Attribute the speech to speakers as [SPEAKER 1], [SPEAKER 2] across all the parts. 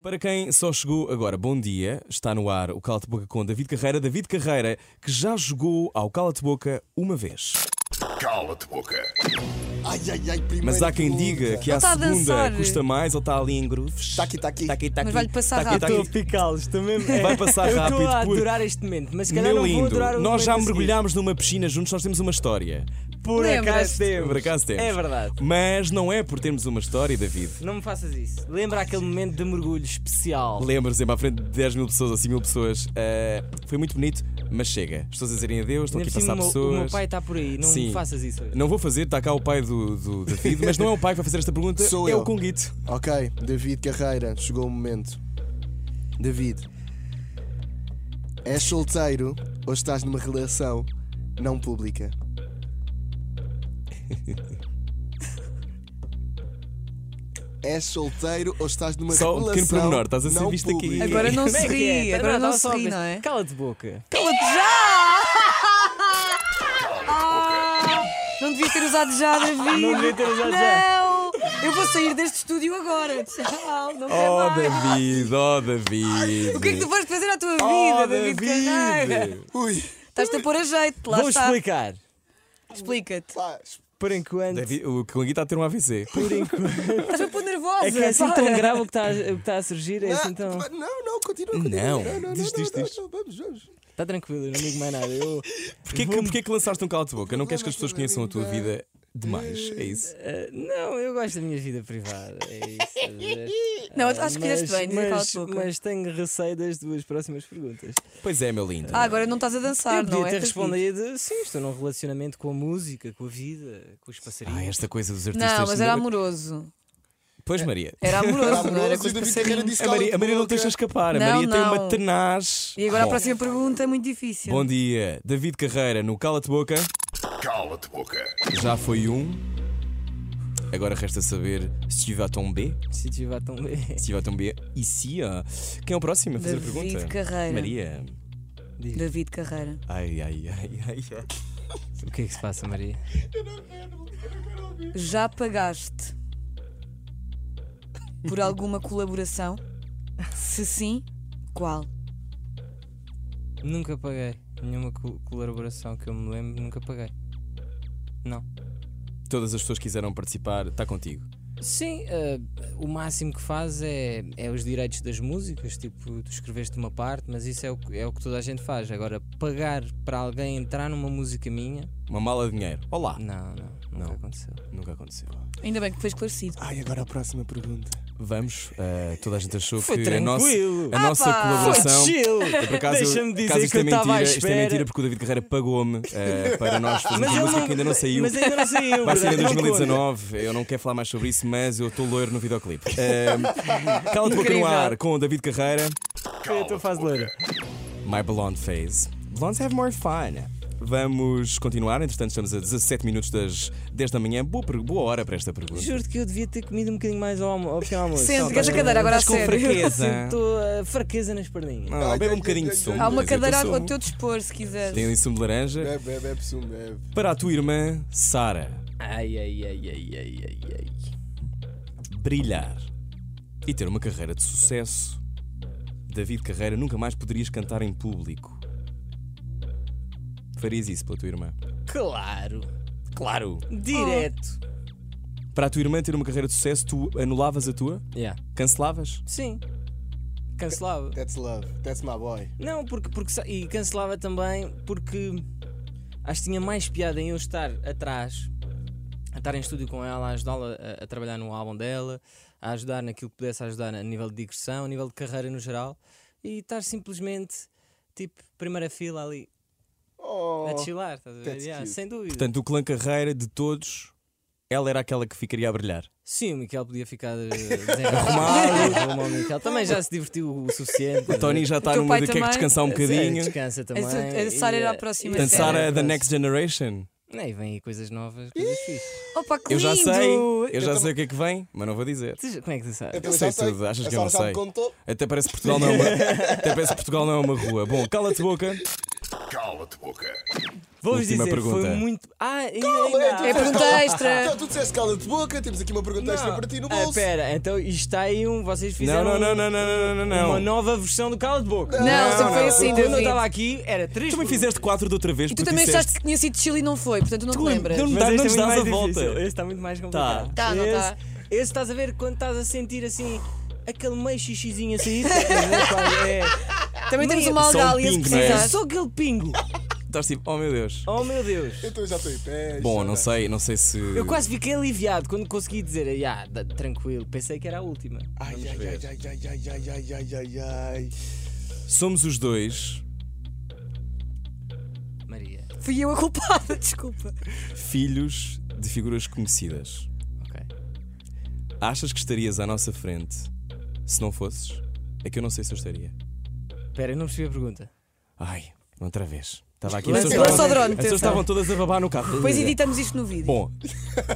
[SPEAKER 1] Para quem só chegou agora, bom dia. Está no ar o Cala de Boca com David Carreira. David Carreira, que já jogou ao Cala de Boca uma vez.
[SPEAKER 2] Cala-te boca.
[SPEAKER 3] Ai, ai, ai, primeiro
[SPEAKER 1] Mas há quem
[SPEAKER 3] que
[SPEAKER 1] diga
[SPEAKER 3] luta.
[SPEAKER 1] que à
[SPEAKER 4] tá
[SPEAKER 5] está a
[SPEAKER 1] segunda
[SPEAKER 5] dançar.
[SPEAKER 1] custa mais, ele está ali em grooves.
[SPEAKER 3] Está Tá aqui, está aqui.
[SPEAKER 1] Está aqui, está aqui.
[SPEAKER 5] Mas vai-lhe passar
[SPEAKER 1] está aqui, está
[SPEAKER 5] rápido.
[SPEAKER 1] aqui.
[SPEAKER 4] Tropicales também.
[SPEAKER 1] Vai passar
[SPEAKER 4] É. eu
[SPEAKER 1] rápido,
[SPEAKER 4] Estou a
[SPEAKER 1] porque-
[SPEAKER 4] adorar este momento, mas se calhar
[SPEAKER 1] Meu
[SPEAKER 4] não vou
[SPEAKER 1] lindo,
[SPEAKER 4] adorar o
[SPEAKER 1] nós
[SPEAKER 4] momento
[SPEAKER 1] já
[SPEAKER 4] a seguir.
[SPEAKER 1] mergulhámos numa piscina juntos, nós temos uma história.
[SPEAKER 4] Por
[SPEAKER 5] Lembras-te?
[SPEAKER 4] acaso temos.
[SPEAKER 1] Por acaso temos.
[SPEAKER 4] É verdade.
[SPEAKER 1] Mas não é por termos uma história, David.
[SPEAKER 4] Não me faças isso. Lembra aquele momento de mergulho especial.
[SPEAKER 1] Lembro sempre à frente de 10 mil pessoas ou 5 mil pessoas. eh, foi muito bonito, mas chega. As pessoas a dizerem adeus, estão
[SPEAKER 4] Ainda
[SPEAKER 1] aqui a
[SPEAKER 4] por
[SPEAKER 1] passar
[SPEAKER 4] cima, o meu-
[SPEAKER 1] pessoas.
[SPEAKER 4] O meu pai está por aí, não
[SPEAKER 1] Sim.
[SPEAKER 4] me faças isso. hoje.
[SPEAKER 1] Não vou fazer, está cá o pai do, do David, mas não é o pai que vai fazer esta pergunta,
[SPEAKER 3] Sou
[SPEAKER 1] é
[SPEAKER 3] eu.
[SPEAKER 1] o Conguito.
[SPEAKER 3] Ok, David Carreira, chegou o momento. David, és solteiro ou estás numa relação não pública? És solteiro ou estás numa
[SPEAKER 1] Só um
[SPEAKER 3] relação.
[SPEAKER 1] pequeno pormenor, estás a ser
[SPEAKER 3] não
[SPEAKER 1] visto aqui.
[SPEAKER 3] pública?
[SPEAKER 5] Agora não
[SPEAKER 4] Como é
[SPEAKER 5] se
[SPEAKER 4] que é?
[SPEAKER 5] ri, agora não
[SPEAKER 4] estava
[SPEAKER 5] se
[SPEAKER 4] só a
[SPEAKER 5] ri,
[SPEAKER 4] pensar.
[SPEAKER 5] não é?
[SPEAKER 4] Cala-te boca.
[SPEAKER 5] Cala-te já! Ah, não devia ter usado já, David!
[SPEAKER 4] Ah, Não devia ter usado
[SPEAKER 5] Não! Eu vou sair deste estúdio agora! Tchau! Não quero
[SPEAKER 1] Oh
[SPEAKER 5] mais.
[SPEAKER 1] David, oh David.
[SPEAKER 5] É O que é que tu foste fazer à tua vida,
[SPEAKER 1] Oh
[SPEAKER 5] David, Carreira?
[SPEAKER 1] David.
[SPEAKER 3] Ui,
[SPEAKER 5] Estás-te a pôr a jeito, lá
[SPEAKER 4] Vou
[SPEAKER 5] está.
[SPEAKER 4] explicar.
[SPEAKER 5] Explica-te.
[SPEAKER 3] pá,
[SPEAKER 4] Por enquanto.
[SPEAKER 1] David, o Conguito está a ter um AVC.
[SPEAKER 5] Estás a pôr nervosa.
[SPEAKER 4] É que é assim
[SPEAKER 5] para.
[SPEAKER 4] tão grave o que está a, o que está a surgir, é assim tão.
[SPEAKER 3] não, não, não, continua, continua.
[SPEAKER 1] Não.
[SPEAKER 3] não, não,
[SPEAKER 1] Diz,
[SPEAKER 3] não,
[SPEAKER 1] diz,
[SPEAKER 3] não,
[SPEAKER 1] diz.
[SPEAKER 3] não, vamos, vamos.
[SPEAKER 4] Está tranquilo, eu não digo mais nada. Eu,
[SPEAKER 1] Porquê que,
[SPEAKER 4] Vou-me-
[SPEAKER 1] porquê que lançaste um calo de boca? Não queres que as pessoas
[SPEAKER 3] Problema
[SPEAKER 1] conheçam a tua
[SPEAKER 3] com a
[SPEAKER 1] vida demais? É isso.
[SPEAKER 4] eh, não, eu gosto da minha vida privada. É isso. estás a ver?
[SPEAKER 5] Não, acho que fizeste
[SPEAKER 4] Mas-
[SPEAKER 5] bem, dizer
[SPEAKER 4] mas,
[SPEAKER 5] cala-te boca.
[SPEAKER 4] mas tenho receio das duas próximas perguntas.
[SPEAKER 1] Pois é, meu lindo.
[SPEAKER 5] Ah, agora não estás a dançar,
[SPEAKER 4] eu podia
[SPEAKER 5] não é?
[SPEAKER 4] ter respondido, sim, estou num relacionamento com a música, com a vida, com os passarinhos.
[SPEAKER 1] Ah, esta coisa dos artistas.
[SPEAKER 5] Não, mas era amoroso.
[SPEAKER 1] Pois, Maria.
[SPEAKER 5] Era amoroso,
[SPEAKER 3] Era
[SPEAKER 5] não era
[SPEAKER 3] amoroso
[SPEAKER 5] com
[SPEAKER 3] e
[SPEAKER 5] os
[SPEAKER 3] David Carreira
[SPEAKER 5] passarinhos.
[SPEAKER 3] disse
[SPEAKER 1] A Maria, a
[SPEAKER 3] cala-te
[SPEAKER 1] Maria não
[SPEAKER 3] É boca.
[SPEAKER 1] deixa escapar. A
[SPEAKER 5] Não,
[SPEAKER 1] Maria tem uma
[SPEAKER 5] não.
[SPEAKER 1] tenaz.
[SPEAKER 5] E agora
[SPEAKER 1] Bom,
[SPEAKER 5] a próxima pergunta é muito difícil.
[SPEAKER 1] Bom dia, David Carreira no Cala-te Boca.
[SPEAKER 2] Cala-te boca.
[SPEAKER 1] Já foi um. Agora resta saber se tu vas tomber.
[SPEAKER 4] Se tiver tão bem.
[SPEAKER 1] Se tu vas tomber ici. ah. Quem é o próximo a fazer a
[SPEAKER 5] David
[SPEAKER 1] pergunta?
[SPEAKER 5] Carreira.
[SPEAKER 1] Maria.
[SPEAKER 5] David Carreira.
[SPEAKER 1] Ai, ai, ai, ai, ai.
[SPEAKER 4] O que é que se passa, Maria?
[SPEAKER 5] Já pagaste por alguma colaboração? Se sim, qual?
[SPEAKER 4] Nunca paguei nenhuma co- colaboração que eu me lembro, nunca paguei. Não.
[SPEAKER 1] Todas as pessoas que quiseram participar, está contigo.
[SPEAKER 4] Sim, eh, o máximo que faz é, é os direitos das músicas, tipo, tu escreveste uma parte, mas isso é o, que- é o que toda a gente faz. Agora, pagar para alguém entrar numa música minha,
[SPEAKER 1] Uma mala de dinheiro. Olá.
[SPEAKER 4] não, não, nunca
[SPEAKER 1] Não.
[SPEAKER 4] aconteceu.
[SPEAKER 1] Nunca aconteceu.
[SPEAKER 5] Ainda bem que foi esclarecido.
[SPEAKER 3] Ai, agora a próxima pergunta.
[SPEAKER 1] Vamos, ah, toda a gente achou
[SPEAKER 4] Foi
[SPEAKER 1] que a nossa,
[SPEAKER 4] tranquilo. Ah,
[SPEAKER 1] a nossa
[SPEAKER 5] pá.
[SPEAKER 1] colaboração.
[SPEAKER 4] Chill!
[SPEAKER 1] Eu, Por acaso, eu-
[SPEAKER 4] Deixa-me dizer
[SPEAKER 1] acaso
[SPEAKER 4] que
[SPEAKER 1] isto é
[SPEAKER 4] eu estava à
[SPEAKER 1] mentira, isto é
[SPEAKER 4] espera.
[SPEAKER 1] mentira porque o David Carreira pagou-me eh, para nós fazermos
[SPEAKER 4] eu
[SPEAKER 1] uma música
[SPEAKER 4] não-
[SPEAKER 1] que ainda não saiu.
[SPEAKER 4] Mas ainda não saiu,
[SPEAKER 1] Vai sair em
[SPEAKER 5] é
[SPEAKER 4] verdade, não conta.
[SPEAKER 1] 2019, eu não quero falar mais sobre isso, mas eu estou loiro no videoclipe. Um, Cala-te boca no
[SPEAKER 5] Incrível.
[SPEAKER 1] ar com o David Carreira,
[SPEAKER 4] Eu estou a fase loira.
[SPEAKER 1] My Blonde Phase. Blondes have more fun. Vamos continuar, entretanto estamos a 17 minutos das 10 da manhã. Boa, per- boa hora para esta pergunta.
[SPEAKER 4] Juro que eu devia ter comido um bocadinho mais ao, almo- ao pequeno almoço.
[SPEAKER 5] Sente,
[SPEAKER 4] Só
[SPEAKER 5] que essa
[SPEAKER 4] para-
[SPEAKER 5] cadeira agora a
[SPEAKER 4] Mas com
[SPEAKER 5] sério.
[SPEAKER 4] fraqueza.
[SPEAKER 1] Sinto,
[SPEAKER 4] Estou fraqueza nas perninhas.
[SPEAKER 1] Não, bebe um bocadinho de sumo.
[SPEAKER 5] Há uma
[SPEAKER 1] quer dizer,
[SPEAKER 5] cadeira
[SPEAKER 1] teu
[SPEAKER 5] ao
[SPEAKER 1] sumo.
[SPEAKER 5] teu dispor, se quiseres.
[SPEAKER 1] Tem ali sumo de laranja.
[SPEAKER 3] Bebe, bebe, bebe, sumo, bebe.
[SPEAKER 1] Para a tua irmã, Sara.
[SPEAKER 4] Ai, ai, ai, ai, ai, ai, ai.
[SPEAKER 1] brilhar e ter uma carreira de sucesso. David Carreira, nunca mais poderias cantar em público. Farias isso pela tua irmã?
[SPEAKER 4] Claro.
[SPEAKER 1] Oh. Claro!
[SPEAKER 4] Direto.
[SPEAKER 1] Para a tua irmã ter uma carreira de sucesso, tu anulavas a tua?
[SPEAKER 4] Yeah.
[SPEAKER 1] Cancelavas?
[SPEAKER 4] Sim. Cancelava.
[SPEAKER 3] That's love, that's my boy.
[SPEAKER 4] Não, porque, porque. sa- E cancelava também porque. Acho que tinha mais piada em eu estar atrás, a estar em estúdio com ela, a ajudá-la a, a trabalhar no álbum dela, a ajudar naquilo que pudesse ajudar a nível de digressão, a nível de carreira no geral, e estar simplesmente, tipo, primeira fila ali,
[SPEAKER 3] Oh.
[SPEAKER 4] a chilar, estás a ver?
[SPEAKER 3] that's
[SPEAKER 4] Yeah,
[SPEAKER 3] cute.
[SPEAKER 4] sem dúvida.
[SPEAKER 1] Portanto, o clã Carreira de todos, ela era aquela que ficaria a brilhar.
[SPEAKER 4] Sim, o Miquel podia ficar eh, desenrascado, arrumar o Miquel. Também já se divertiu o suficiente.
[SPEAKER 1] O Tony já está
[SPEAKER 5] teu
[SPEAKER 1] numa
[SPEAKER 5] pai
[SPEAKER 1] de que é que
[SPEAKER 5] também?
[SPEAKER 1] descansar um bocadinho.
[SPEAKER 5] É
[SPEAKER 4] Descansa também.
[SPEAKER 5] A- a Sara
[SPEAKER 4] e,
[SPEAKER 5] era a
[SPEAKER 4] eh,
[SPEAKER 5] próxima
[SPEAKER 1] Portanto,
[SPEAKER 5] Sim.
[SPEAKER 1] Sara é da
[SPEAKER 4] Próxima.
[SPEAKER 1] Next Generation.
[SPEAKER 4] Não, E vem aí coisas novas, coisas fixas.
[SPEAKER 5] Opa, que
[SPEAKER 1] Eu já
[SPEAKER 5] lindo!
[SPEAKER 1] sei, eu já sei o que é que vem, mas não vou dizer.
[SPEAKER 4] Tu já- Como é que tu sabes?
[SPEAKER 1] Eu sei tudo, achas que eu não sei?
[SPEAKER 3] Contou.
[SPEAKER 1] Até parece que Portugal não é uma, até parece que Portugal não é uma rua. Bom, cala-te boca.
[SPEAKER 2] Cala-te boca.
[SPEAKER 4] Vou-vos
[SPEAKER 1] Última
[SPEAKER 4] dizer,
[SPEAKER 1] pergunta.
[SPEAKER 4] foi muito. Ah, ainda, ainda.
[SPEAKER 5] É pergunta
[SPEAKER 3] Então
[SPEAKER 5] extra.
[SPEAKER 3] tu disseste cala-te boca, temos aqui uma pergunta extra para ti no
[SPEAKER 4] Ah,
[SPEAKER 3] bolso.
[SPEAKER 4] pera, então isto está aí um. Vocês
[SPEAKER 1] Não,
[SPEAKER 4] fizeram
[SPEAKER 1] não, não, não, não, não, não, não.
[SPEAKER 4] uma nova versão do Cala de Boca.
[SPEAKER 5] Não, sempre foi assim,
[SPEAKER 4] Quando eu
[SPEAKER 5] David.
[SPEAKER 4] estava aqui, era três.
[SPEAKER 1] Tu também fizeste quatro de outra vez
[SPEAKER 5] E tu
[SPEAKER 1] porque
[SPEAKER 5] também
[SPEAKER 1] disseste-
[SPEAKER 5] achaste que tinha sido Chile e não foi, portanto tu não te
[SPEAKER 1] Tu lem-
[SPEAKER 5] lembras.
[SPEAKER 1] um não me
[SPEAKER 4] Mas
[SPEAKER 1] dá- nos
[SPEAKER 4] este é muito
[SPEAKER 1] dás
[SPEAKER 4] mais
[SPEAKER 1] a volta.
[SPEAKER 4] difícil. Este está muito mais complicado.
[SPEAKER 5] Tá, não
[SPEAKER 4] esse,
[SPEAKER 5] tá.
[SPEAKER 4] esse estás a ver quando estás a sentir assim aquele meio xixizinho a sair. estás a ver, pá, é.
[SPEAKER 5] Também temos
[SPEAKER 4] Só
[SPEAKER 5] uma
[SPEAKER 1] um
[SPEAKER 5] Audália se
[SPEAKER 1] pingo, não é?
[SPEAKER 4] É
[SPEAKER 5] precisar.
[SPEAKER 4] só aquele pingo.
[SPEAKER 1] Estás tipo, oh meu Deus.
[SPEAKER 4] Oh meu Deus.
[SPEAKER 3] Então eu já estou em pé.
[SPEAKER 1] Bom,
[SPEAKER 3] já.
[SPEAKER 1] não sei, não sei se.
[SPEAKER 4] Eu quase fiquei aliviado quando consegui dizer, ah, da- tranquilo, pensei que era a última.
[SPEAKER 3] Ai, ai, ai, ai, ai, ai, ai, ai, ai, ai, ai.
[SPEAKER 1] Somos os dois
[SPEAKER 4] Maria.
[SPEAKER 5] Fui eu a culpada, desculpa.
[SPEAKER 1] filhos de figuras conhecidas.
[SPEAKER 4] Ok.
[SPEAKER 1] Achas que estarias à nossa frente se não fosses? É que eu não sei se eu estaria.
[SPEAKER 4] Espera, eu não percebi a pergunta.
[SPEAKER 1] Ai, outra vez. Estava aqui.
[SPEAKER 4] Lança-
[SPEAKER 1] as pessoas
[SPEAKER 5] lança o
[SPEAKER 1] estavam-
[SPEAKER 5] drone,
[SPEAKER 1] as pessoas
[SPEAKER 5] atenção.
[SPEAKER 1] estavam todas a babar no carro.
[SPEAKER 5] Depois editamos isto no vídeo.
[SPEAKER 1] Uhum. Bom,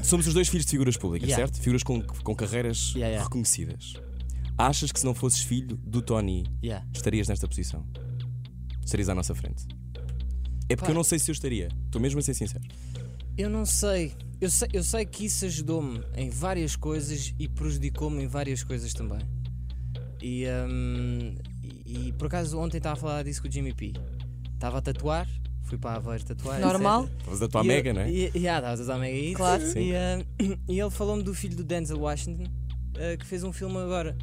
[SPEAKER 1] somos os dois filhos de figuras públicas,
[SPEAKER 4] Yeah.
[SPEAKER 1] certo? Figuras com, com carreiras
[SPEAKER 4] Yeah, yeah.
[SPEAKER 1] reconhecidas. Achas que se não fosses filho do Tony,
[SPEAKER 4] Yeah.
[SPEAKER 1] estarias nesta posição? Estarias à nossa frente? É porque
[SPEAKER 4] Pá.
[SPEAKER 1] eu não sei se eu estaria. Estou mesmo a ser sincero.
[SPEAKER 4] Eu não sei. Eu sei, eu sei que isso ajudou-me em várias coisas e prejudicou-me em várias coisas também. E, hum, e, e, por acaso ontem estava a falar disso com o Jimmy P. Estava a tatuar, fui para a Aveiro tatuar.
[SPEAKER 5] Normal.
[SPEAKER 4] etc.
[SPEAKER 1] Estavas da tua
[SPEAKER 4] E eu-
[SPEAKER 1] mega, não é?
[SPEAKER 4] E, e, ah, estavas a usar Mega Hits.
[SPEAKER 5] Claro.
[SPEAKER 1] Sim.
[SPEAKER 4] E, ah, e ele falou-me do filho do Denzel Washington, ah, que fez um filme agora.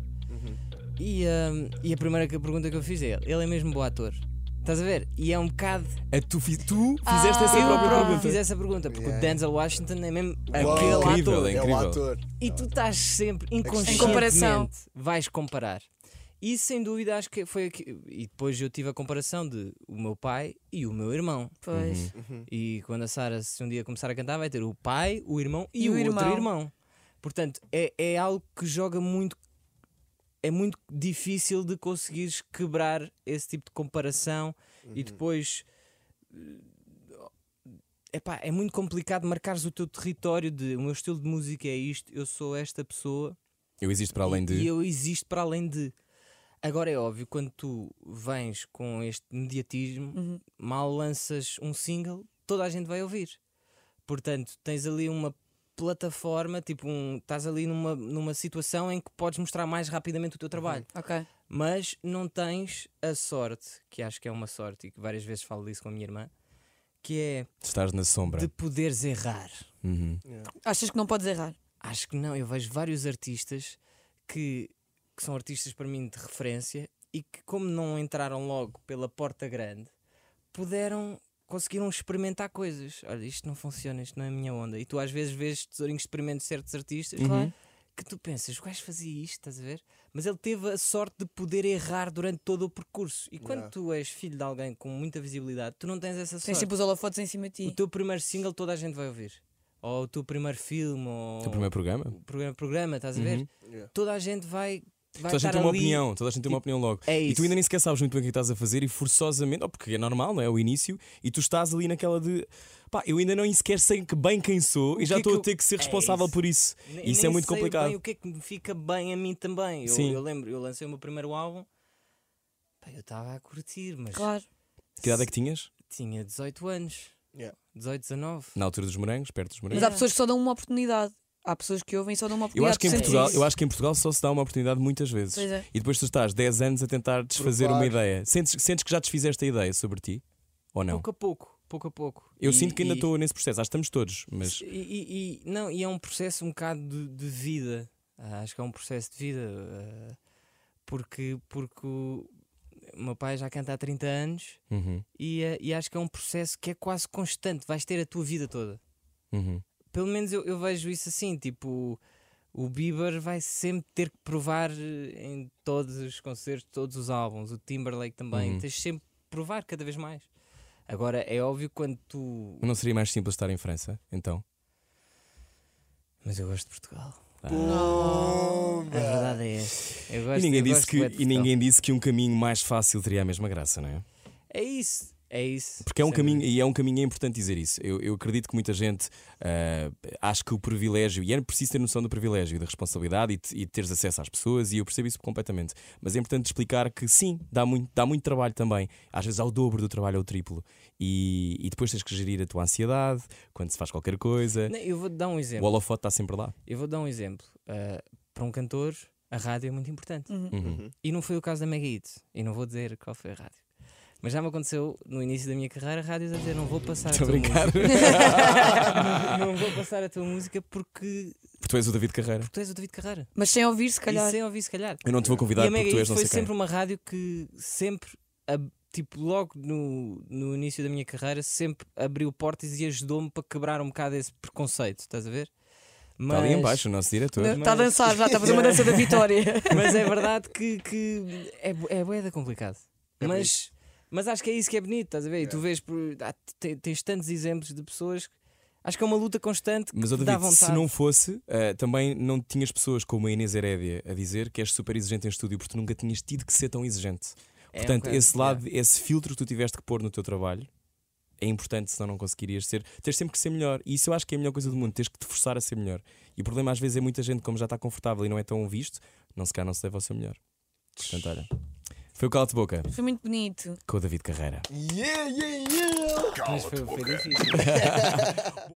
[SPEAKER 4] E, ah, e a primeira que- pergunta que eu fiz é: ele, ele é mesmo bom ator? Estás a ver? E é um bocado.
[SPEAKER 1] É tu, fi- tu fizeste essa
[SPEAKER 4] Ah, Eu
[SPEAKER 1] própria
[SPEAKER 4] próprio
[SPEAKER 1] pergunta.
[SPEAKER 4] fiz essa pergunta, porque
[SPEAKER 3] Yeah.
[SPEAKER 4] o Denzel Washington é mesmo
[SPEAKER 3] Uau.
[SPEAKER 4] aquele
[SPEAKER 1] Incrível,
[SPEAKER 4] ator.
[SPEAKER 1] é
[SPEAKER 3] É o
[SPEAKER 1] incrível.
[SPEAKER 3] ator.
[SPEAKER 4] E tu estás sempre
[SPEAKER 5] Em
[SPEAKER 4] inconscientemente
[SPEAKER 5] comparação.
[SPEAKER 4] vais comparar. E sem dúvida acho que foi aqui. E depois eu tive a comparação de o meu pai e o meu irmão.
[SPEAKER 5] Pois.
[SPEAKER 1] Uhum.
[SPEAKER 4] E quando a Sara se um dia começar a cantar, vai ter o pai, o irmão e,
[SPEAKER 5] E
[SPEAKER 4] o
[SPEAKER 5] o
[SPEAKER 4] outro
[SPEAKER 5] irmão.
[SPEAKER 4] irmão. Portanto, é, é algo que joga muito. É muito difícil de conseguires quebrar esse tipo de comparação
[SPEAKER 5] Uhum.
[SPEAKER 4] e depois. eh, Epá, é muito complicado marcares o teu território de o meu estilo de música é isto, eu sou esta pessoa
[SPEAKER 1] Eu existo para além
[SPEAKER 4] e-
[SPEAKER 1] de.
[SPEAKER 4] E eu existo para além de. Agora é óbvio, quando tu vens com este mediatismo, mal lanças um single, toda a gente vai ouvir. Portanto, tens ali uma plataforma, tipo, um, estás ali numa, numa situação em que podes mostrar mais rapidamente o teu trabalho.
[SPEAKER 5] Ok.
[SPEAKER 4] Mas não tens a sorte, que acho que é uma sorte, e que várias vezes falo disso com a minha irmã, que é
[SPEAKER 1] Estás na sombra.
[SPEAKER 4] de poderes errar.
[SPEAKER 1] Uhum.
[SPEAKER 5] Achas que não podes errar?
[SPEAKER 4] Acho que não, eu vejo vários artistas que, que são artistas para mim de referência e que, como não entraram logo pela porta grande, puderam, conseguiram experimentar coisas. Olha, isto não funciona, isto não é a minha onda. E tu às vezes vês tesourinhos de experimento de certos artistas
[SPEAKER 5] Claro.
[SPEAKER 4] que tu pensas, o gajo fazia isto, estás a ver? Mas ele teve a sorte de poder errar durante todo o percurso. E quando tu és filho de alguém com muita visibilidade, tu não tens essa sorte.
[SPEAKER 5] Tens sempre os holofotes em cima de
[SPEAKER 4] O
[SPEAKER 5] ti.
[SPEAKER 4] teu primeiro single toda a gente vai ouvir. Ou o teu primeiro filme, ou
[SPEAKER 1] O teu primeiro programa?
[SPEAKER 4] programa, programa estás a ver? Toda a gente vai. vai
[SPEAKER 1] Uhum. Toda a gente
[SPEAKER 4] estar
[SPEAKER 1] tem uma
[SPEAKER 4] ali.
[SPEAKER 1] opinião, toda a gente tem uma opinião logo.
[SPEAKER 4] É
[SPEAKER 1] E
[SPEAKER 4] isso.
[SPEAKER 1] tu ainda nem sequer sabes muito bem o que estás a fazer e forçosamente, oh, porque é normal, não é? É O início, e tu estás ali naquela de pá, eu ainda não sequer sei que bem quem sou e
[SPEAKER 4] que
[SPEAKER 1] já
[SPEAKER 4] é
[SPEAKER 1] estou
[SPEAKER 4] que
[SPEAKER 1] a
[SPEAKER 4] eu-
[SPEAKER 1] ter que ser
[SPEAKER 4] É
[SPEAKER 1] responsável
[SPEAKER 4] isso.
[SPEAKER 1] por isso.
[SPEAKER 4] Nem-
[SPEAKER 1] Isso
[SPEAKER 4] nem
[SPEAKER 1] é muito
[SPEAKER 4] sei
[SPEAKER 1] complicado.
[SPEAKER 4] Bem, o que é que me fica bem a mim também? Eu,
[SPEAKER 1] Sim.
[SPEAKER 4] eu lembro, eu lancei o meu primeiro álbum. Pá, eu estava a curtir, mas
[SPEAKER 5] Claro.
[SPEAKER 1] Que idade é que tinhas?
[SPEAKER 4] tinha 18 anos.
[SPEAKER 3] Yeah.
[SPEAKER 4] 18, 19.
[SPEAKER 1] Na altura dos morangos, perto dos morangos.
[SPEAKER 5] Mas há pessoas que só dão uma oportunidade. Há pessoas que ouvem e só dão uma
[SPEAKER 1] Eu
[SPEAKER 5] oportunidade.
[SPEAKER 1] acho, que em
[SPEAKER 5] Tu sentes
[SPEAKER 1] Portugal,
[SPEAKER 5] isso?
[SPEAKER 1] eu acho que em Portugal só se dá uma oportunidade muitas vezes.
[SPEAKER 5] Pois é.
[SPEAKER 1] E depois tu estás 10 anos a tentar desfazer
[SPEAKER 3] Provar.
[SPEAKER 1] uma ideia. Sentes, sentes que já desfizeste a ideia sobre ti? Ou não?
[SPEAKER 4] Pouco a pouco, pouco a pouco.
[SPEAKER 1] Eu
[SPEAKER 4] E-
[SPEAKER 1] sinto que ainda
[SPEAKER 4] e-
[SPEAKER 1] estou nesse processo, acho que estamos todos, mas
[SPEAKER 4] E, e- e- não, e é um processo um bocado de, de vida. Ah, acho que é um processo de vida. ah, porque, porque o o meu pai já canta há 30 anos
[SPEAKER 1] Uhum,
[SPEAKER 4] e, ah, e acho que é um processo que é quase constante. Vais ter a tua vida toda.
[SPEAKER 1] uhum.
[SPEAKER 4] Pelo menos eu, eu vejo isso assim. Tipo, o Bieber vai sempre ter que provar eh, em todos os concertos, todos os álbuns. O Timberlake também.
[SPEAKER 1] Uhum.
[SPEAKER 4] Tens sempre de provar cada vez mais. Agora, é óbvio quando tu.
[SPEAKER 1] Não seria mais simples estar em França, então?
[SPEAKER 4] Mas eu gosto de Portugal.
[SPEAKER 3] Pum.
[SPEAKER 4] A verdade é essa. Eu gosto,
[SPEAKER 1] Ah. E ninguém,
[SPEAKER 4] eu
[SPEAKER 1] disse
[SPEAKER 4] gosto
[SPEAKER 1] que,
[SPEAKER 4] bué de
[SPEAKER 1] e
[SPEAKER 4] Portugal.
[SPEAKER 1] ninguém disse que um caminho mais fácil teria a mesma graça, não é?
[SPEAKER 4] É isso. É isso.
[SPEAKER 1] Porque é um
[SPEAKER 4] Sem
[SPEAKER 1] caminho,
[SPEAKER 4] dúvida.
[SPEAKER 1] e é um caminho é importante dizer isso. Eu, eu acredito que muita gente ah, acha que o privilégio, e é preciso ter noção do privilégio e da responsabilidade e, te- e teres acesso às pessoas, e eu percebo isso completamente. Mas é importante explicar que sim, dá muito, dá muito trabalho também. Às vezes ao dobro do trabalho, ao triplo. E, e depois tens que gerir a tua ansiedade quando se faz qualquer coisa.
[SPEAKER 4] Não, eu vou dar um
[SPEAKER 1] O
[SPEAKER 4] exemplo.
[SPEAKER 1] holofote está sempre lá.
[SPEAKER 4] Eu vou dar um exemplo. Ah, para um cantor, a rádio é muito importante.
[SPEAKER 1] Uhum.
[SPEAKER 4] E não foi o caso da Mega Hit. E não vou dizer qual foi a rádio. Mas já me aconteceu no início da minha carreira, rádios a dizer: não vou passar
[SPEAKER 1] Estou a
[SPEAKER 4] a tua
[SPEAKER 1] brincar.
[SPEAKER 4] música. não, não vou passar a tua música porque
[SPEAKER 1] Porque tu és o David Carreira.
[SPEAKER 4] tu és o David Carreira.
[SPEAKER 5] Mas sem ouvir, se calhar.
[SPEAKER 4] E
[SPEAKER 1] é
[SPEAKER 4] sem ouvir, se calhar.
[SPEAKER 1] Eu não te vou
[SPEAKER 4] E
[SPEAKER 1] convidar
[SPEAKER 4] a Mega
[SPEAKER 1] porque tu
[SPEAKER 4] Hits
[SPEAKER 1] és não
[SPEAKER 4] foi
[SPEAKER 1] sei quem.
[SPEAKER 4] sempre um uma rádio que sempre, ab- tipo, logo no, no início da minha carreira, sempre abriu portas e ajudou-me para quebrar um bocado esse preconceito, estás a ver?
[SPEAKER 1] Está ali embaixo o nosso diretor.
[SPEAKER 5] Está a
[SPEAKER 4] mas-
[SPEAKER 5] dançar já, está a fazer uma dança da vitória.
[SPEAKER 4] mas é verdade que, que é, bu- é boeda complicado.
[SPEAKER 1] É
[SPEAKER 4] mas, mas acho que é isso que é bonito, estás a ver? E tu vês, por, há- te- tens tantos exemplos de pessoas. que- Acho que é uma luta constante que
[SPEAKER 1] Mas, ó
[SPEAKER 4] te dá
[SPEAKER 1] David,
[SPEAKER 4] vontade.
[SPEAKER 1] se não fosse, ah, também não tinhas pessoas como a Inês Herédia a dizer que és super exigente em estúdio porque tu nunca tinhas tido que ser tão exigente.
[SPEAKER 4] É um
[SPEAKER 1] Portanto,
[SPEAKER 4] bocado,
[SPEAKER 1] esse
[SPEAKER 4] yeah.
[SPEAKER 1] lado, esse filtro que tu tiveste que pôr no teu trabalho é importante, senão não conseguirias ser. Tens sempre que ser melhor. E isso eu acho que é a melhor coisa do mundo, tens que te forçar a ser melhor. E o problema às vezes é muita gente, como já está confortável e não é tão visto, não se calhar não se leva ao seu melhor. Portanto, olha. Foi o Cala de Boca
[SPEAKER 6] Foi muito bonito.
[SPEAKER 1] com o David Carreira.
[SPEAKER 3] Yeah, yeah, yeah!
[SPEAKER 4] Mas
[SPEAKER 2] Cala-te
[SPEAKER 4] foi, foi
[SPEAKER 2] boca.
[SPEAKER 4] difícil.